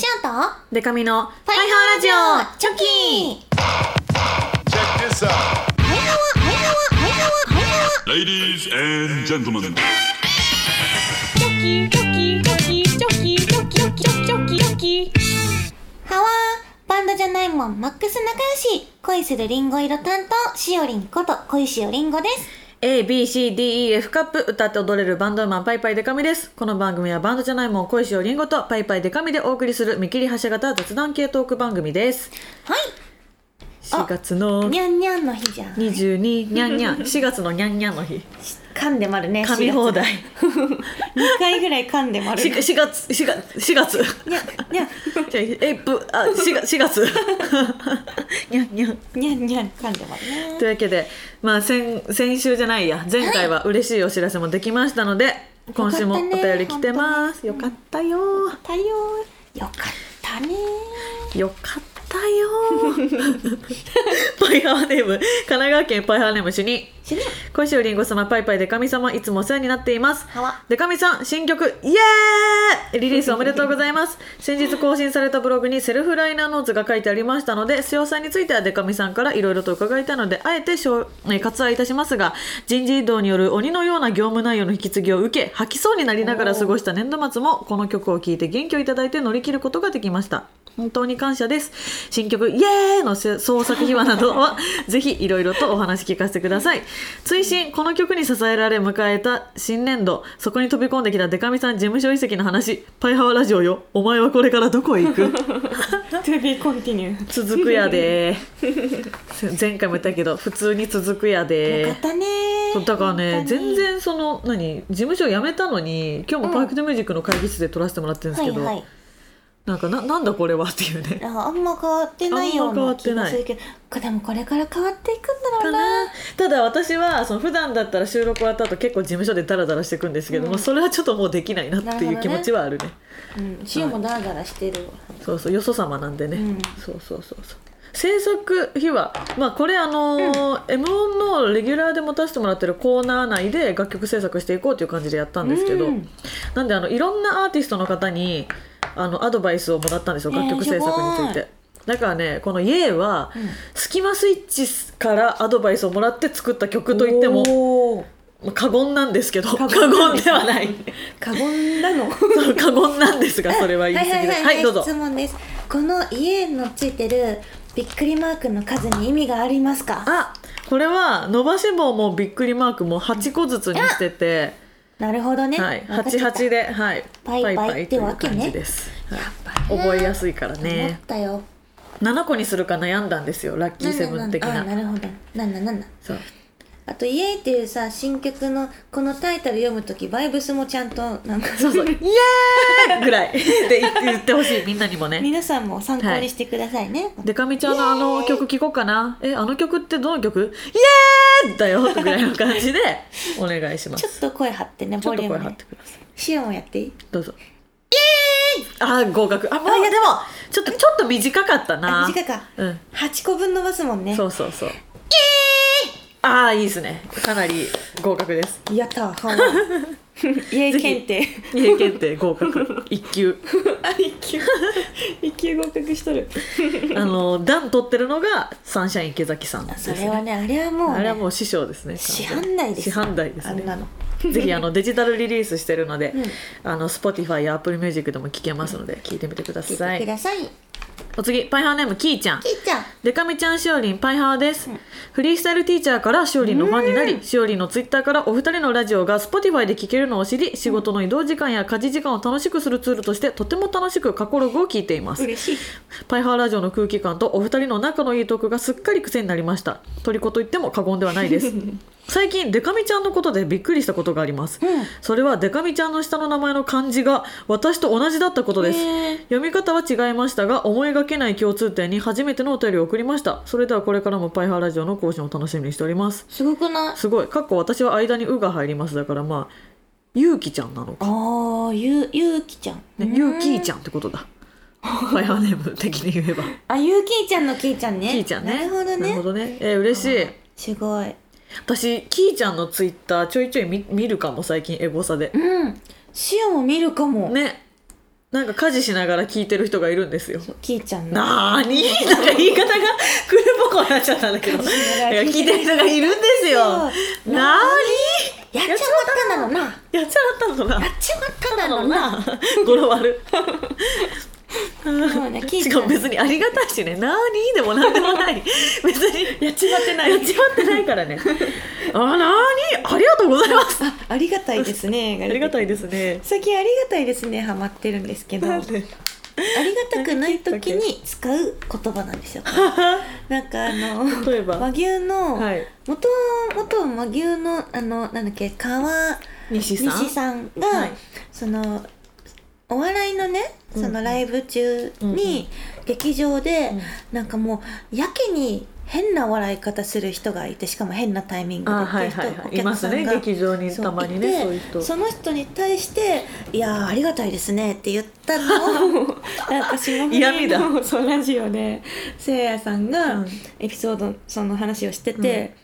とデカミのパイハワラジオチョキ Check this out. パイハワパイハワパイハワパイハワ Ladies and gentlemen. チョキチョキチョキチョキチョキチョキチョキチョキハワーバンドじゃないもんマックス仲良し恋するリンゴ色担当しおりんこと恋しおりんごです ABCDEF カップ歌って踊れるバンドウーマンパイパイデカミですこの番組はバンドじゃないもん恋しおりんごとパイパイデカミでお送りする見切り発車型雑談系トーク番組ですはい4月のにゃんにゃんの日じゃん22にゃんにゃん4月のにゃんにゃんの日噛んでまるね噛み放題2回ぐらい噛んでま 4, 4月4月4月にゃんにゃんじゃあえぶあ4月4月 にゃんにゃんにゃんにゃん噛んでまるねというわけで、まあ、先先週じゃないや前回は嬉しいお知らせもできましたので、今週もおよかったね便り来てますよかったよ太陽よかった ねよかったよ パイハーネーム神奈川県パイハーネーム主任しね 小石りんご様パイパイでかみ様いつもお世話になっていますはわでかみさん新曲イエーイリリースおめでとうございます 先日更新されたブログにセルフライナーノーツが書いてありましたので詳細についてはでかみさんからいろいろと伺いたいのであえてしょうえ割愛いたしますが人事異動による鬼のような業務内容の引き継ぎを受け吐きそうになりながら過ごした年度末もこの曲を聴いて元気をいただいて乗り切ることができました本当に感謝です新曲「イエーイ!」のせ創作秘話などは ぜひいろいろとお話聞かせてください追伸この曲に支えられ迎えた新年度そこに飛び込んできたデカミさん事務所移籍の話「パイハワラジオよお前はこれからどこへ 行く? To be continued」続くやで前回も言ったけど普通に続くやよでかったねそうだからね本当に全然その何事務所辞めたのに今日もパーフェクトミュージックの会議室で撮らせてもらってるんですはけいど、はいなんかななんだこれはっていうねああんま変わってないようあんま変わなって気ながいするけどこでもこれから変わっていくんだろうなただ私はその普段だったら収録終わった後結構事務所でダラダラしていくんですけども、それはちょっともうできないなっていう気持ちはあるねうん、シオもダラダラしてるわそうそうよそ様なんでね、うんそうそうそうそう制作秘話、まあ、これあのー M1 のレギュラーで持たせてもらってるコーナー内で楽曲制作していこうという感じでやったんですけど、うんなんであのいろんなアーティストの方にあのアドバイスをもらったんですよえー楽曲制作についすごて。だからねこの「イエーは、スキマスイッチからアドバイスをもらって作った曲といってももまあ過言なんですけど過言ではない過言なのそう過言なんですがそれは言い過ぎですはいどうぞ質問ですこの家のついてるびっくりマークの数に意味がありますかあこれは伸ばし棒もびっくりマークも8個ずつにしてて、なるほどねはい、わかっちゃった88で、はい、パイパイというってわけ感ねじです、はい、覚えやすいから思っねたよ7個にするか悩んだんですよラッキーセブン的んんんあななるほどなんだなんだそうあと「イエーっていうさ新曲のこのタイトル読むときバイブスもちゃんとなんか そうそうイエーイ ぐらいで言って言ってほしいみんなにもね皆さんも参考にしてくださいね、でかみちゃんのあの曲聴こうかなえあの曲ってどの曲イエーイだよぐらいの感じでお願いしまちょすっと声張ってねちょボっとリュ声ーム張っねてくださいシオもやっていいどうぞイエーイあー合格あまあいやでもちょっとちょっと短かったなあ短かうん8個分伸ばすもんねそうそうそうイエーイああいいですねかなり合格ですやったハワ イイエー検定イエーイ検定 合格一級あ一級一級合格しとるあの段取ってるのがサンシャイン池崎さんですそれはねあれはもう、ね、あれはもう師匠ですね師範代です師範代ですねあんなのぜひ あのデジタルリリースしてるので、うんあの Spotify や Apple Music でも聴けますので聴いてみてくださ聞いてくいださいお次パイハーネームキーちゃんきいちゃんデカミちゃんしおりんパイハーです、フリースタイルティーチャーからしおりんのファンになりしおりんのツイッターからお二人のラジオが Spotify で聴けるのを知り仕事の移動時間や家事時間を楽しくするツールとしてとても楽しく過去ログを聞いています嬉しいパイハーラジオの空気感とお二人の仲のいいトークがすっかり癖になりましたトリコと言っても過言ではない です最近デカミちゃんのことでびっくりしたことがあります、それはデカミちゃんの下の名前の漢字が私と同じだったことです、へー読み方は違いましたが思いがけない共通点に初めてのお便りを送りましたそれではこれからもパイハーラジオの更新を楽しみにしておりますすごくないすごいかっこ私は間に「う」が入りますだからまあゆうきちゃんなのか、ああゆゆうきちゃん、ね、ゆうきーちゃんってこ とだパイハーネーム的に言えばあゆうきいちゃんのきいちゃんねキーちゃんね。なるほどなねるほどね。えー嬉しい。すごい私キーちゃんのツイッターちょいちょい見見るかも最近エゴサで。うんシオも見るかも、ね。なんか家事しながら聞いてる人がいるんですよキーちゃんのなーになんか言い方がクルポコになっちゃったんだけどいや聞いてる人がいるんですよなーにやっちゃまったなのなやっやっちゃったのなちまったなのなな語呂悪そうねキーしちゃかもん別にありがたいしね「なーに?」でもなんでもない別にやっちまってないやっちまってないからね「あなーにありがとうござい ます」あありがたいですねありがたいですね最近ありがたいですねハマってるんです けどありがたくない時に使う言葉なんです よなんかあの例えば和牛の、はいもともと和牛のあのなんだっけ川西さん西さんが、はいそのお笑いのねうんそのライブ中うんうんに劇場で、うんなんかもうやけに変な笑い方する人がいてしかも変なタイミングであってはいいう人はいはおいい客まさすんがね劇場にたまにねそういうで人その人に対して「いやーありがたいですね」って言った のをなんか下嫌味だのそうラジオでせいやさんうがんエピソードその話をしてて、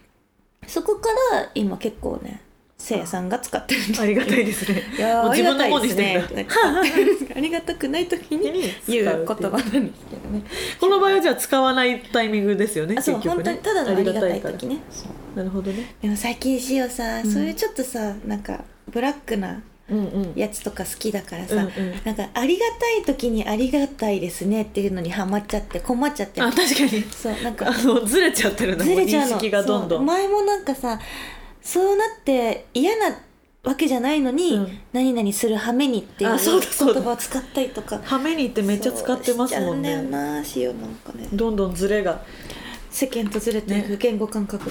そこから今結構ねせいやさんが使ってるんですありがたいですねいやーもうあ自り分がのたもいんでにすしてねんだありがたくない時に言う言葉なんですけどねこの場合はじゃあ使わないタイミングですよねあそう、結局本ね当にただのありがたいから時ねそうなるほどねでも最近しおさ、んそういうちょっとさなんかブラックなうんうんやつとか好きだからさ、うんうんなんかありがたい時にありがたいですねっていうのにハマっちゃって困っちゃってあ確かにそうなんかあのずれちゃってるんだずれちゃうもの認識がどんどそうん前もなんかさそうなって嫌なわけじゃないのに、うん何々する羽目にっていうあそうだそうだ言葉を使ったりとかハメにってめっちゃ使ってますそうもんしちゃうんねだよなしおなんかねどんどんずれが世間とずれていく言語感 覚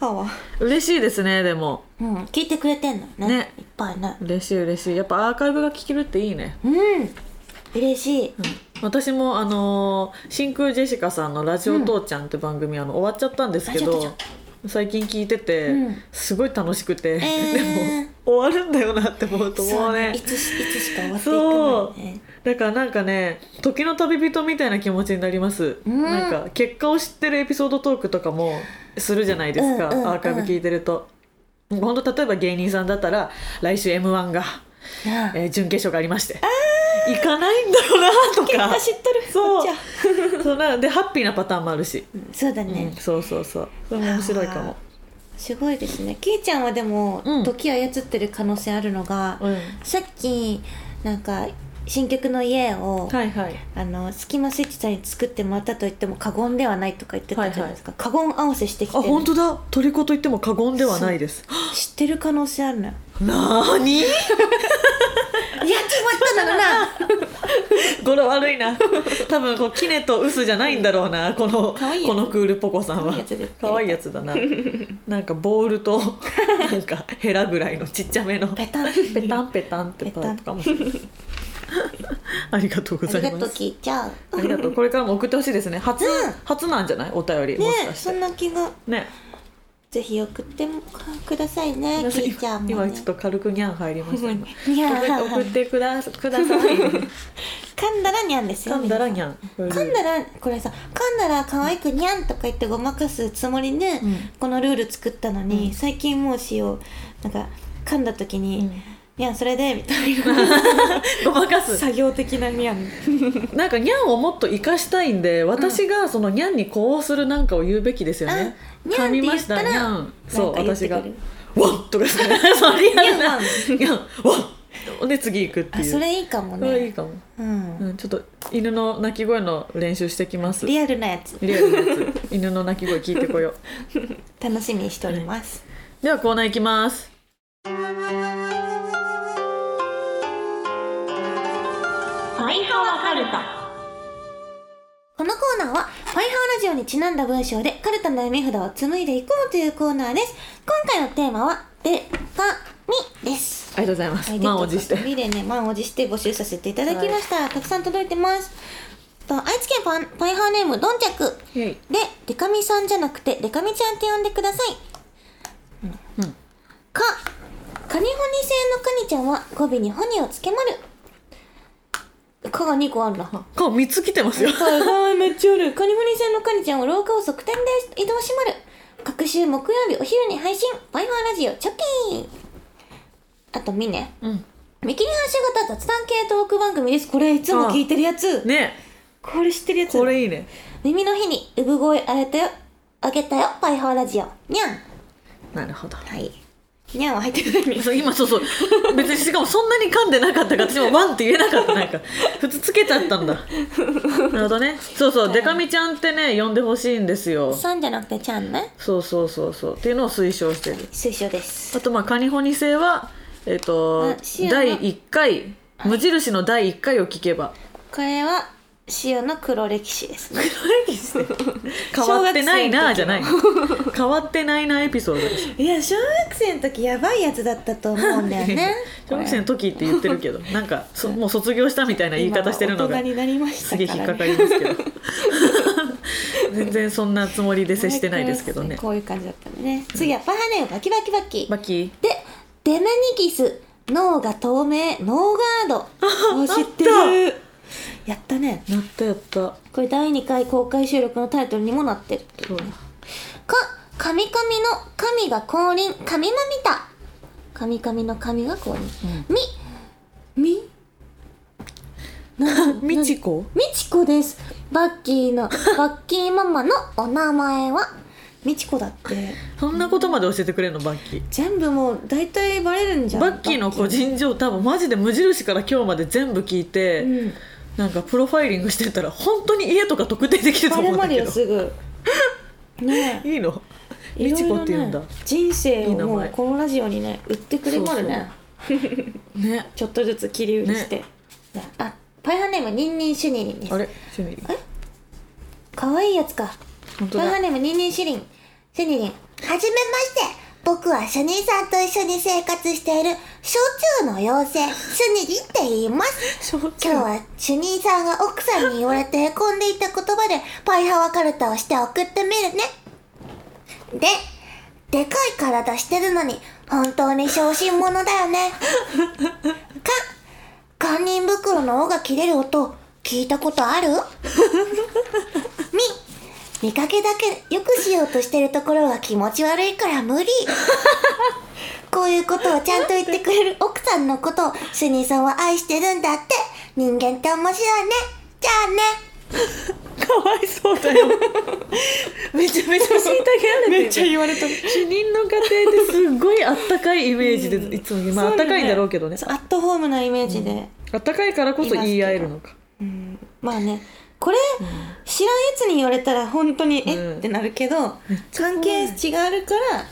が、はわ嬉しいですねでもうん聞いてくれてんのよねねいっぱいね嬉しい嬉しいやっぱアーカイブが聞けるっていいねうん嬉し い私もあのー真空ジェシカさんの「ラジオ父ちゃん」って番組、あの終わっちゃったんですけラジオ父ど最近聞いてて、うんすごい楽しくて、ーでも終わるんだよなって思うとそもううねねいつしいつしか終わっていくそのうにねだからなんかね時の旅人みたいな気持ちになります、んなんか結果を知ってるエピソードトークとかもするじゃないですか、うんうんうんアーカイブ聞いてると。本当例えば芸人さんだったら来週 m 1が、あえー準決勝がありまして行かないんだろうなとか結果知っとるそうじゃあ そうなのでハッピーなパターンもあるし、そうだうんね、そうそうそうそれも面白いかも、すごいですねけいちゃんはでも、うん時操ってる可能性あるのが、うん、さっきなんか新曲の家を、はいはいあのスキマスイッチさんに作ってもらったと言っても過言ではないとか言ってたじゃないですか、過言合わせしてきあてる本当だトリコと言っても過言ではないです知ってる可能性あるのよなーにやっちまったの な語呂悪いな多分こうキネとウスじゃないんだろうなこの可愛いやつこのクールポコさんは可愛いやつです可愛いやつだななんかボールとなんかヘラぐらいのちっちゃめのペペタンタンペタンってタイプかもしれないありがとうごあざりいがますとう聞いちゃうありがとう。これからも送ってほしいですね。初、初なんじゃない？お便り、もしねかしそて。んな気がね。ぜひ送ってもくださいね聞いちゃうもんね今ちょっと軽くニャン入りました。今ニャン送ってくださください。噛んだらにゃんですよ 噛んだらニャン。噛んだらこれさ噛んだら可愛くにゃんとか言ってごまかすつもりね、うんこのルール作ったのに、うん最近もうしようなんか噛んだ時に「うんいやそれで」みたいな ごまかす。作業的なミャンなんかニャンをもっと活かしたいんで、私がそのニャンにこうするなんかを言うべきですよね。あニャンって言ったらニャン。そう、なんか言っ私てくが。れわるっとかして。そうリアルな。ニャン。わっ。で次行くっていう。あそれいいかもそれいねいかも。うんうん、ちょっと犬の鳴き声の練習してきます。リアルなやつリアルなやつ犬の鳴き声聞いてこよ楽しみにしております、うではコーナーいきますこのコーナーは「ファイハーラジオ」にちなんだ文章でカルタの読み札を紡いでいこうというコーナーです今回のテーマは「でかみ」ですありがとうございます満を持してミレね、満を持して募集させていただきました。たくさん届いてます。と愛知県パンパイハーネーム、どんちゃく。イエイで、デカミさんじゃなくて、デカミちゃんって呼んでください。うんか、カニホニ製のカニちゃんは語尾にホニをつけまる。かが2個あるな。か顔3つ来てますよがめっちゃある。 カニホニ製のカニちゃんを廊下を側転で移動しまる。各週木曜日お昼に配信、パイハーラジオ、チョキーあと、ミね。うん見切り発車型雑談系トーク番組です。これいつも聞いてるやつ。ねこれ知ってるやつこれいいね耳の日に産声あげたよ。あげたよ。パイハーラジオ。にゃん。なるほどはいにゃんは入ってないねそう今そうそう別にしかもそんなに噛んでなかったから私もワンって言えなかったなんか普通つけちゃったんだなるほどねそうそうデカミちゃんってね呼んでほしいんですよさんじゃなくてちゃんね。そうそうそうそうっていうのを推奨してる推奨です。あとまあカニホニ星はえっ、とあシアの第1回無印の第1回を聞けばこれは、塩の黒歴史ですね。 変わってない小学生の時のなあじゃない変わってないなエピソードですいや小学生の時やばいやつだったと思うんだよ ね小学生の時って言ってるけどなんかそもう卒業したみたいな言い方してるの今がは大人になりましたすから、げえね、引っかかりますけど 全然そんなつもりで接してないですけどねこういう感じだったのねね次はパハネよバキバキバキ。バキで、デメニキス。脳が透明、ノーガード。あ、知ってる。やったねやったやったこれ第2回公開収録のタイトルにもなってる。そうだ か、神々の神が降臨、神も見た。神々の神が降臨。み、み、なみちこみちこです。バッキー の、バッキーママのお名前は、みちこだってそんなことまで教えてくれんのバッキー全部もう大体バレるんじゃんバッキーの個人情報多分マジで無印から今日まで全部聞いて、うんなんかプロファイリングしてたら本当に家とか特定できるとバ思レうんまだでけよどす ぐねえいいのいみろいろちこねって言うんだ人生いいを名もう前このラジオにね売ってくれまるねねちょっとずつ切り売りして、あ、パイハーネームニンニンシュニリンですあ。れシュミリ可愛いやつか。本当パイハだーネームニンニンシュリン、シュニリン。はじめまして。僕はシュニーさんと一緒に生活している、焼酎の妖精、シュニリンって言います。焼酎今日は主任さんが奥さんに言われてへこんでいた言葉でパイハワカルタをして送ってみるねででかい体してるのに本当に小心者だよねか堪忍袋の尾が切れる音聞いたことあるみ見かけだけよくしようとしてるところが気持ち悪いから無理こういうことをちゃんと言ってくれる奥さんのことを主任さんは愛してるんだって人間って面白いねじゃあねかわいそうだよ めちゃめちゃ虐げられてるめっちゃ言われた主任の家庭ってすっごいあったかいイメージでいつもまああそっうだねたかいんだろうけどねそうアットホームなイメージで、あったかいからこそ言い合えるのかまあねこれ、知らんやつに言われたら本当に、うんえってなるけど関係値があるから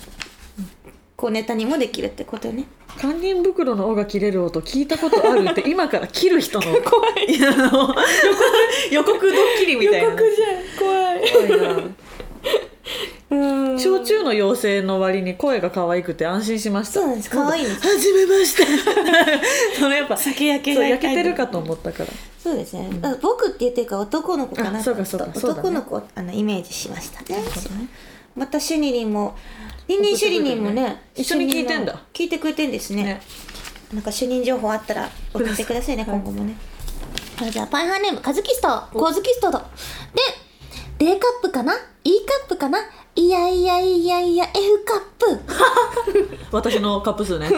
こうネタにもできるってことよね堪忍袋の尾が切れる音聞いたことある って今から切る人の怖いやあの予告ドッキリみたいなじ怖いなゃん怖い焼酎の妖精の割に声が可愛くて安心しましたそうなんです可愛いんですはじめまして そのやっ ぱ酒焼けそうない焼けてるかと思ったからそうですね、あ僕って言ってるから男の子かなあとそう思っかてそうかそうだね男の子をあのイメージしましたねまたシュニリンもリンリンシュリリンもね一緒に聞いてんだ聞いてくれてんですねねなんか主任情報あったら送ってくださいね今後もねはいじゃあパイハーネームカズキストコズキストとで D カップかな E カップかないやいやいやいや F カップ私のカップ 数ねか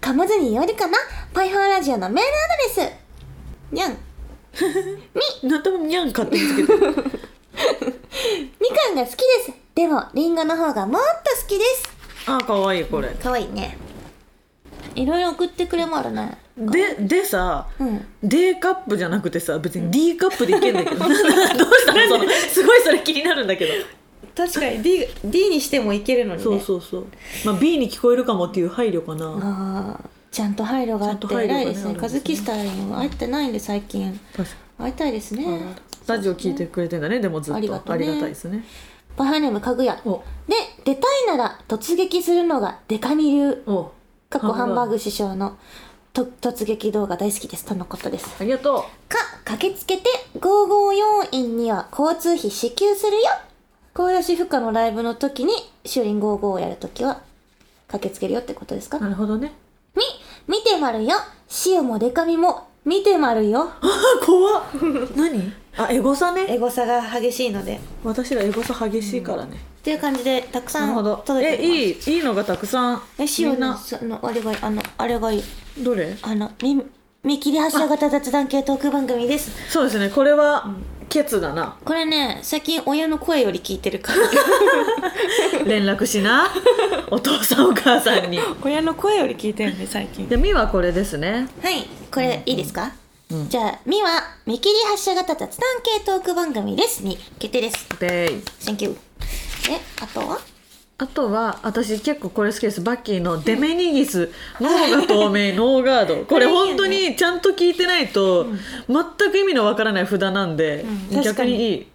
噛まずによりかなパイハーラジオのメールアドレスにゃんなんともにゃん買ってつけてるみかんが好きですでもりんごの方がもっと好きですあー可愛いこれかわいいねいろいろ送ってくれもあるねででさ、ん D カップじゃなくてさ別に D カップでいけ んだけど どうしたのそのすごいそれ気になるんだけど確かに D, D にしてもいけるのにねそうそうそう、まあ、B に聞こえるかもっていう配慮かな、あーちゃんと配慮があっちゃんとて配慮がね偉いですあねるんでカすねズキスタインは会ってないんで最近確か会いたいですねにラジオ聞いてくれてんだねでもずっとありがとあうねりがたいですねパイハーネームかぐやおで出たいなら突撃するのがデカミ流お過去ハンバーグ師匠のと突撃動画大好きですとのことですありがとか駆けつけて554員には交通費支給するよ声出し負荷のライブの時にシュリン55をやる時は駆けつけるよってことですかうなるほどねみ見てまるよ塩もデカミも見てまるよ あ怖っ 何あエゴサねエゴサが激しいので私らエゴサ激しいからね、という感じでたくさなるんほど届いえていいいいいのがたくさんえみ塩んのなそのあれがいいあのあれがいいどれあの見見切り発車型雑談系トーク番組ですそうですねこれはケツだ なこれね最近親の声より聞いてるから連絡しなお父さんお母さ んに 親の声より聞いてるね最近でみはこれですねはい、これいいですか、じゃあ、みは、見切り発車型雑談系トーク番組です。に決定です。で Thank you. え、あとはあとは私結構これ好きですバッキーのデメニギス脳が透明ノーガ ードこれ本当にちゃんと聞いてないと全く意味のわからない札なんで、うん確逆かににいい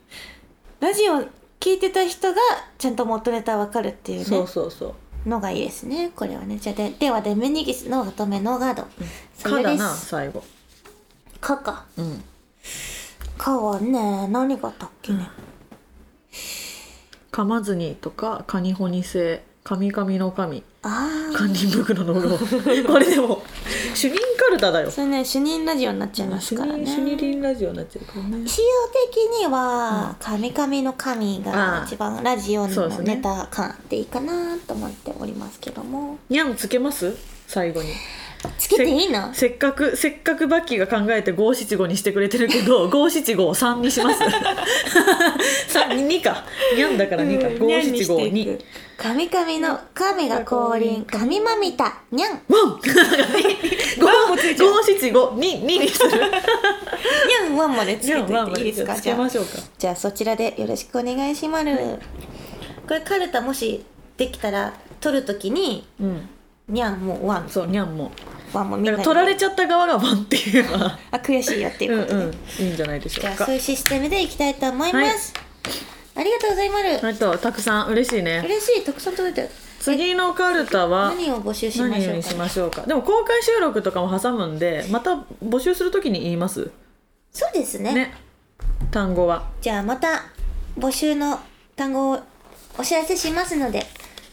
ラジオ聞いてた人が、ちゃんと元ネタわかるっていうそうね、そうそうのがいいですね。これはね。じゃあ、で、では、デメニギス、ノーガトメ、ノーガード。 「そか」れだでなす。最後かか。うんかはね、何があったっけね。噛まずにとかカニホニ性カミカミの神ああ。堪忍袋のロゴこれでも主任カルタだよそれね、主任ラジオになっちゃいます主から任ね。主任リンラジオになっちゃうからね仕様的には「神々の神」が一番ラジオそうですのねネタ感あっていいかなと思っておりますけどもにゃんつけます最後につけていいのせっかくせっかくバッキーが考えて五七五にしてくれてる けど五七五を三にします三二かにゃんだから二か五七五二神々の神が降臨神まみたにゃん五七五二二にするにゃんワンまでつにけゃんてはいていいですかつじけゃまあしょうかじゃあそちらでよろしくお願いします、これカルタもしできたら取るときにうんにゃんもワンそうにゃんもワンもみんだなかにら取られちゃった側がワンっていうのはあ悔しいよっていううんことで、うんいいんじゃないでしょじゃあうかそういうシステムでいきたいと思います、ありがとうございます、あとたくさん嬉しいね嬉しいたくさん届いてる次のカルタは何を募集しまし何ょうにかしましょうかでも公開収録とかも挟むんでまた募集するときに言いますそうですねね単語はじゃあまた募集の単語をお知らせしますので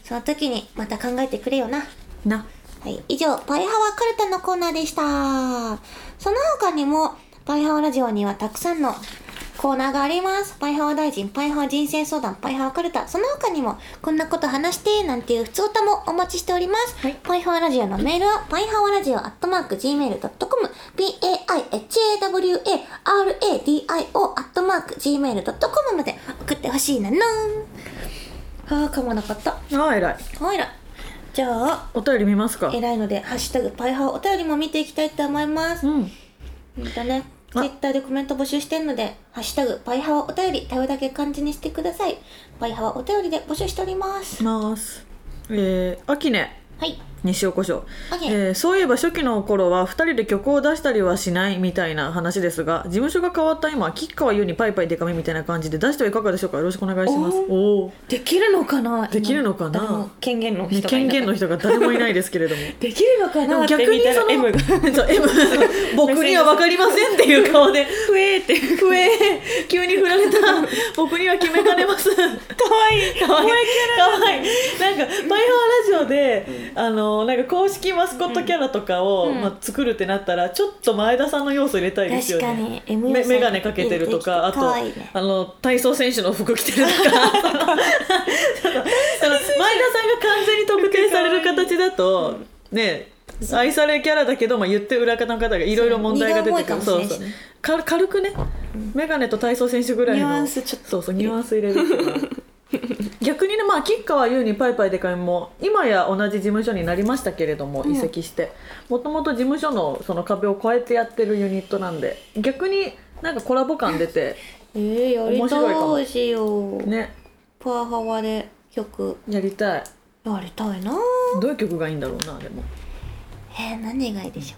その時にまた考えてくれよななはい以上パイハワカルタのコーナーでしたその他にもパイハワラジオにはたくさんのコーナーがあります。パイハワ大臣、パイハワ人生相談、パイハワカルタ、その他にも、こんなこと話して、なんていう普通歌もお待ちしております。パイハワラジオのメールは、パイハワラジオアットマーク Gmail.com、p-a-i-h-a-w-a-r-a-d-i-o アットマーク Gmail.com まで送ってほしいなのあー、かまなかった。ああ偉いほいら。じゃあ、お便り見ますか偉いので、ハッシュタグパイハワお便りも見ていきたいと思いますう。んうんとね、あツイッターでコメント募集してんので、ハッシュタグ、パイハワお便り、頼るだけ漢字にしてください。パイハワお便りで募集しております。ますえー、秋ねはい。西尾胡椒、秋えーそういえば初期の頃は2人で曲を出したりはしないみたいな話ですが事務所が変わった今吉川優にパイパイデカミみたいな感じで出してはいかがでしょうかよろしくお願いしますおおできるのかなできるのかな今誰も権限のね人がい権ない限の人が誰もいないですけれどもできるのかでなもって逆見にたらその M が そう M 僕には分かりませんっていう顔で増えて増え急に振られた僕には決めかねますかわいいかわいい可愛いなんか「マイハワラジオで」あのなんか公式マスコットキャラとかを、まあ、作るってなったらちょっと前田さんの要素入れたいですよね確かに M め要素眼鏡かけてるとかあと可愛いねあの体操選手の服着てるとかそのその前田さんが完全に特定される形だと、ね愛されキャラだけど、まあ、言って裏方の方がいろいろ問題が出てくるそう荷そが重ういそかもしうれんしねか軽くね眼鏡と体操選手ぐらいのニュアンスちょっとそうそうニュアンス入れるっていうのは逆にねまあ吉川優にパイパイでかいも今や同じ事務所になりましたけれども、移籍してもともと事務所のその壁を越えてやってるユニットなんで逆になんかコラボ感出てえー、や面白いかもりたいしようねパワハワで曲やりたいやりたいなどういう曲がいいんだろうなでもえー、何がいいでしょ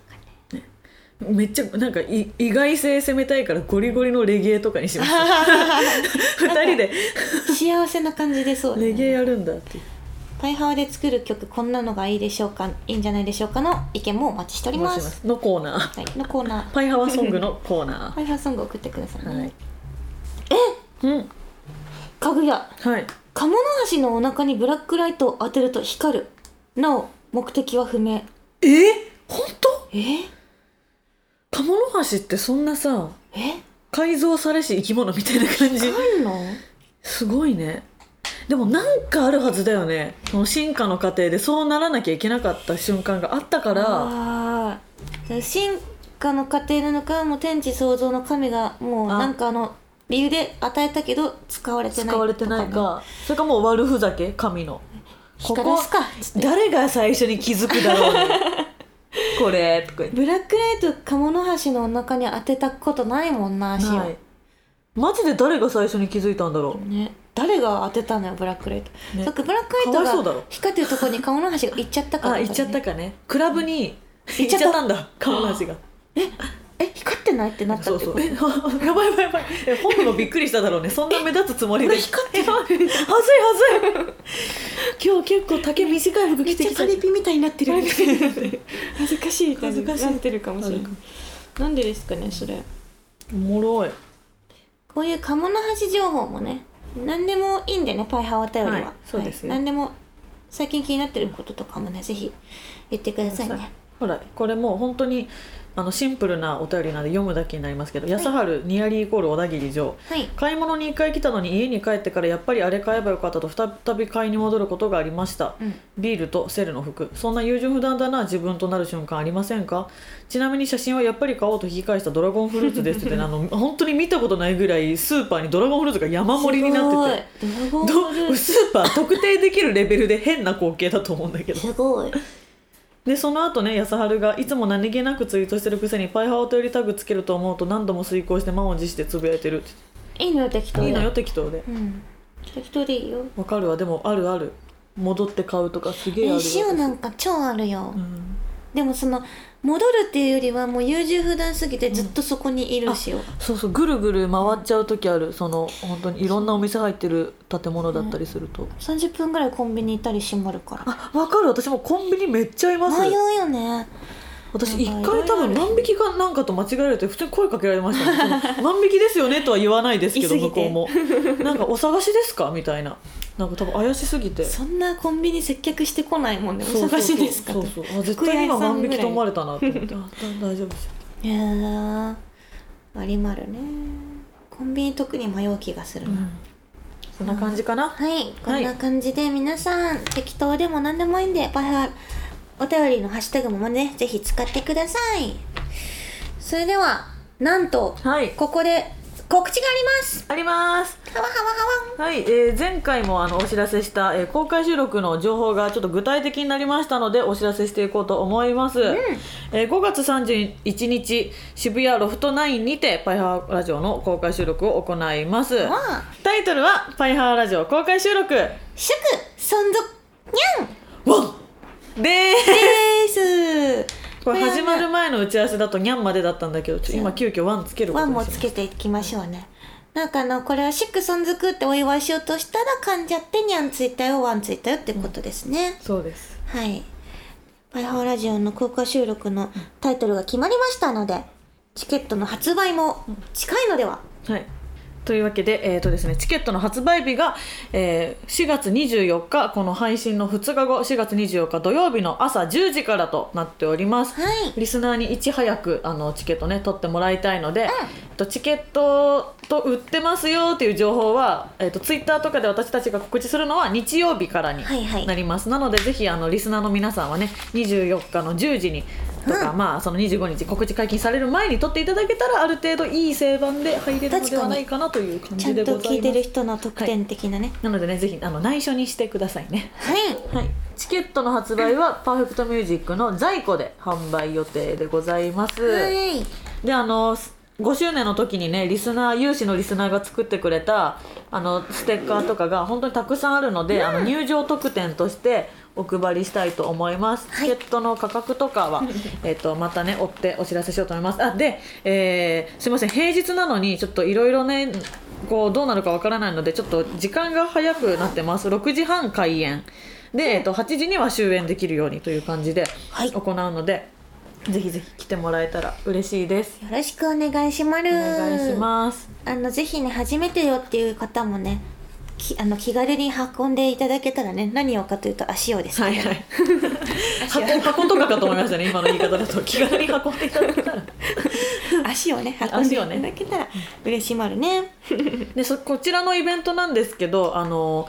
うかねめっちゃなんかい意外性攻めたいからゴリゴリのレゲエとかにし ました二人で 幸せな感じでそうだねレゲエやるんだっていうパイハワで作る曲こんなのがいいでしょうかいいんじゃないでしょうかの意見もお待ちしており思いますますのコーナーはい、のコーナーパイハワソングのコーナパイハワソング送ってください、ーはいえうんかぐやはいカモノハシのお腹にブラックライトを当てると光るなお目的は不明え本当えカモノハシってそんなさえ改造されし生き物みたいな感じあるのすごいねでもなんかあるはずだよねその進化の過程でそうならなきゃいけなかった瞬間があったからああ進化の過程なのかもう天地創造の神がもうあなんかあの理由で与えたけど使われてない使われてないかそれかもう悪ふざけ神のこ光らこすかっつって誰が最初に気づくだろ うねこれとか言ってブラックライト鴨の橋のお腹に当てたことないもんな足を、はいマジで誰が最初に気づいたんだろうね、誰が当てたのよブラックライト、ねそっかブラックかラわいイそうトだがろ光ってるとこに鴨の橋が行っちゃったから、あ行っちゃったかねクラブに行行っっちちゃゃっったたんだ鴨の橋がえ光ってないってなったそっうてそことうえ やばいやばいやばいえ本人もびっくりしただろうねそんな目立つつもりで光ってるはずいはずい今日結構丈短い服着てきたピみたいになってる恥ずかしいみたい恥ずになかしいってるかもしれないなんでですかねそれおもろいこういう鴨の橋情報もね何でもいいんでねパイハワ頼りは、はいそうですよはい何でも最近気になってることとかもねぜひ言ってくださいねほらこれもう本当にあのシンプルなお便りなんで読むだけになりますけど「安春ニアリーイコール小田切城」はい買い物に1回来たのに家に帰ってからやっぱりあれ買えばよかったと再び買いに戻ることがありました、うんビールとセルの服そんな優柔不断だな自分となる瞬間ありませんかちなみに写真はやっぱり買おうと引き返したドラゴンフルーツです ってねあの本当に見たことないぐらいスーパーにドラゴンフルーツが山盛りになっててすごいドラゴンフルーどツスーパー特定できるレベルで変な光景だと思うんだけどすごいでその後ね安春がいつも何気なくツイートしてるくせに「パイハオとよりタグつけると思うと何度も遂行して満を持してつぶやいてる」っていいのよ適当言っでていいのよ適当でうん適当でいいよわかるわでもあるある戻って買うとかすげえあるえわ塩なんか超あるよ、うんでもその戻るっていうよりはもう優柔不断すぎてずっとそこにいる塩、そうそうぐるぐる回っちゃう時あるその本当にいろんなお店入ってる建物だったりすると、 30分ぐらいコンビニ行ったり閉まるからあわかる私もコンビニめっちゃいます迷うよね私一やばい回多分いろいろ万引きかなんかと間違えられて普通に声かけられました、ね、その万引きですよねとは言わないですけど言い過向ぎてこうもなんかお探しですかみたいななんか多分怪しすぎてそんなコンビニ接客してこないもんねそうおそう探そしうですかそうそうあ絶対今万引きと思われたなと 思ってあだ大丈夫ですよいやーありまるねコンビニ特に迷う気がするな、そんな感じかな、はいこんな感じで皆さん、適当でも何でもいいんでバイハお便りのハッシュタグもねぜひ使ってくださいそれではなんと、はいここで告知がありますありますはわはわはわはい、えー前回もあのお知らせした、えー公開収録の情報がちょっと具体的になりましたのでお知らせしていこうと思います、えー5月31日渋谷ロフト9にてパイハーラジオの公開収録を行いますあタイトルは「パイハーラジオ公開収録ワ祝存続にゃんン」でーですすこれ始まる前の打ち合わせだと「にゃん」までだったんだけどちょ今急遽ワン」つけるこ ワとンにもしましたつけていきましょうね。なんかあの、これはシック存続ってお祝いしようとしたら噛んじゃってにゃんついたよ、ワンついたよってことですね。そうですはい。パイハオラジオの公開収録のタイトルが決まりましたので、チケットの発売も近いのでは、はい。というわけで、えーとですね、チケットの発売日が、えー4月24日、この配信の2日後、4月24日土曜日の朝10時からとなっております。はいリスナーにいち早くあのチケットね、取ってもらいたいので、えっとチケットと売ってますよっていう情報は、えっとツイッターとかで私たちが告知するのは日曜日からにはいはいなります。なので、ぜひあのリスナーの皆さんはね、24日の10時に、とか、まあその25日告知解禁される前に取っていただけたらある程度いい正版で入れるのではないかなという感ちゃじんでごとざ聞いいまてるす人の特典的なね。なのでねぜひあの内緒にしてくださいねはい。はいチケットの発売はパーフェクトミュージックの在庫で販売予定でございます、はい。であの5周年の時にねリスナー有志のリスナーが作ってくれたあのステッカーとかが本当にたくさんあるので、あの入場特典としてお配りしたいと思います、いチケットの価格 とかはえっとまたね追ってお知らせしようと思いますあで、えーすいません平日なのにちょっといろいろねこうどうなるかわからないのでちょっと時間が早くなってます6時半開演で、えっと8時には終演できるようにという感じではい行うので、ぜひぜひ来てもらえたら嬉しいですよろしくお願いしまる。お願いします。あの、ぜひね、初めてよっていう方もね、きあの気軽に運んでいただけたらね何をかというと足をですね、はいはい。箱箱とかかと思いましたね。今の言い方だ と気軽に運んでいただけたら。 足をね運んで足いをたねだけたら嬉しまるねでそこちらのイベントなんですけどあの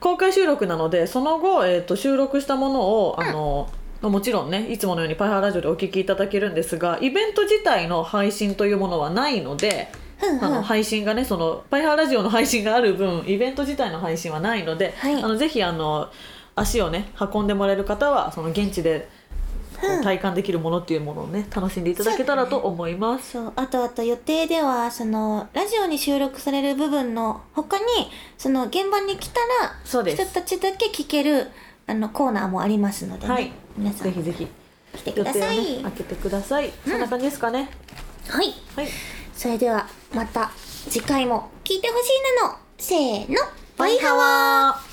公開収録なのでその後、えー、と収録したものをあの、もちろんねいつものように「パイハーラジオ」でお聞きいただけるんですがイベント自体の配信というものはないので。うんうんあの配信がねそのパイハーラジオの配信がある分イベント自体の配信はないので、はいあのぜひあの足をね運んでもらえる方はその現地でこう体感できるものっていうものをね楽しんでいただけたらと思います。そうあとあと予定ではそのラジオに収録される部分の他にその現場に来たらそうです人たちだけ聞けるあのコーナーもありますので、ねはい皆さぜんひぜひ来てく予だ定をさい、ね開けてください。そんな感じですかね。はいはい。それではまた次回も聞いてほしいなのせーのバイハワー。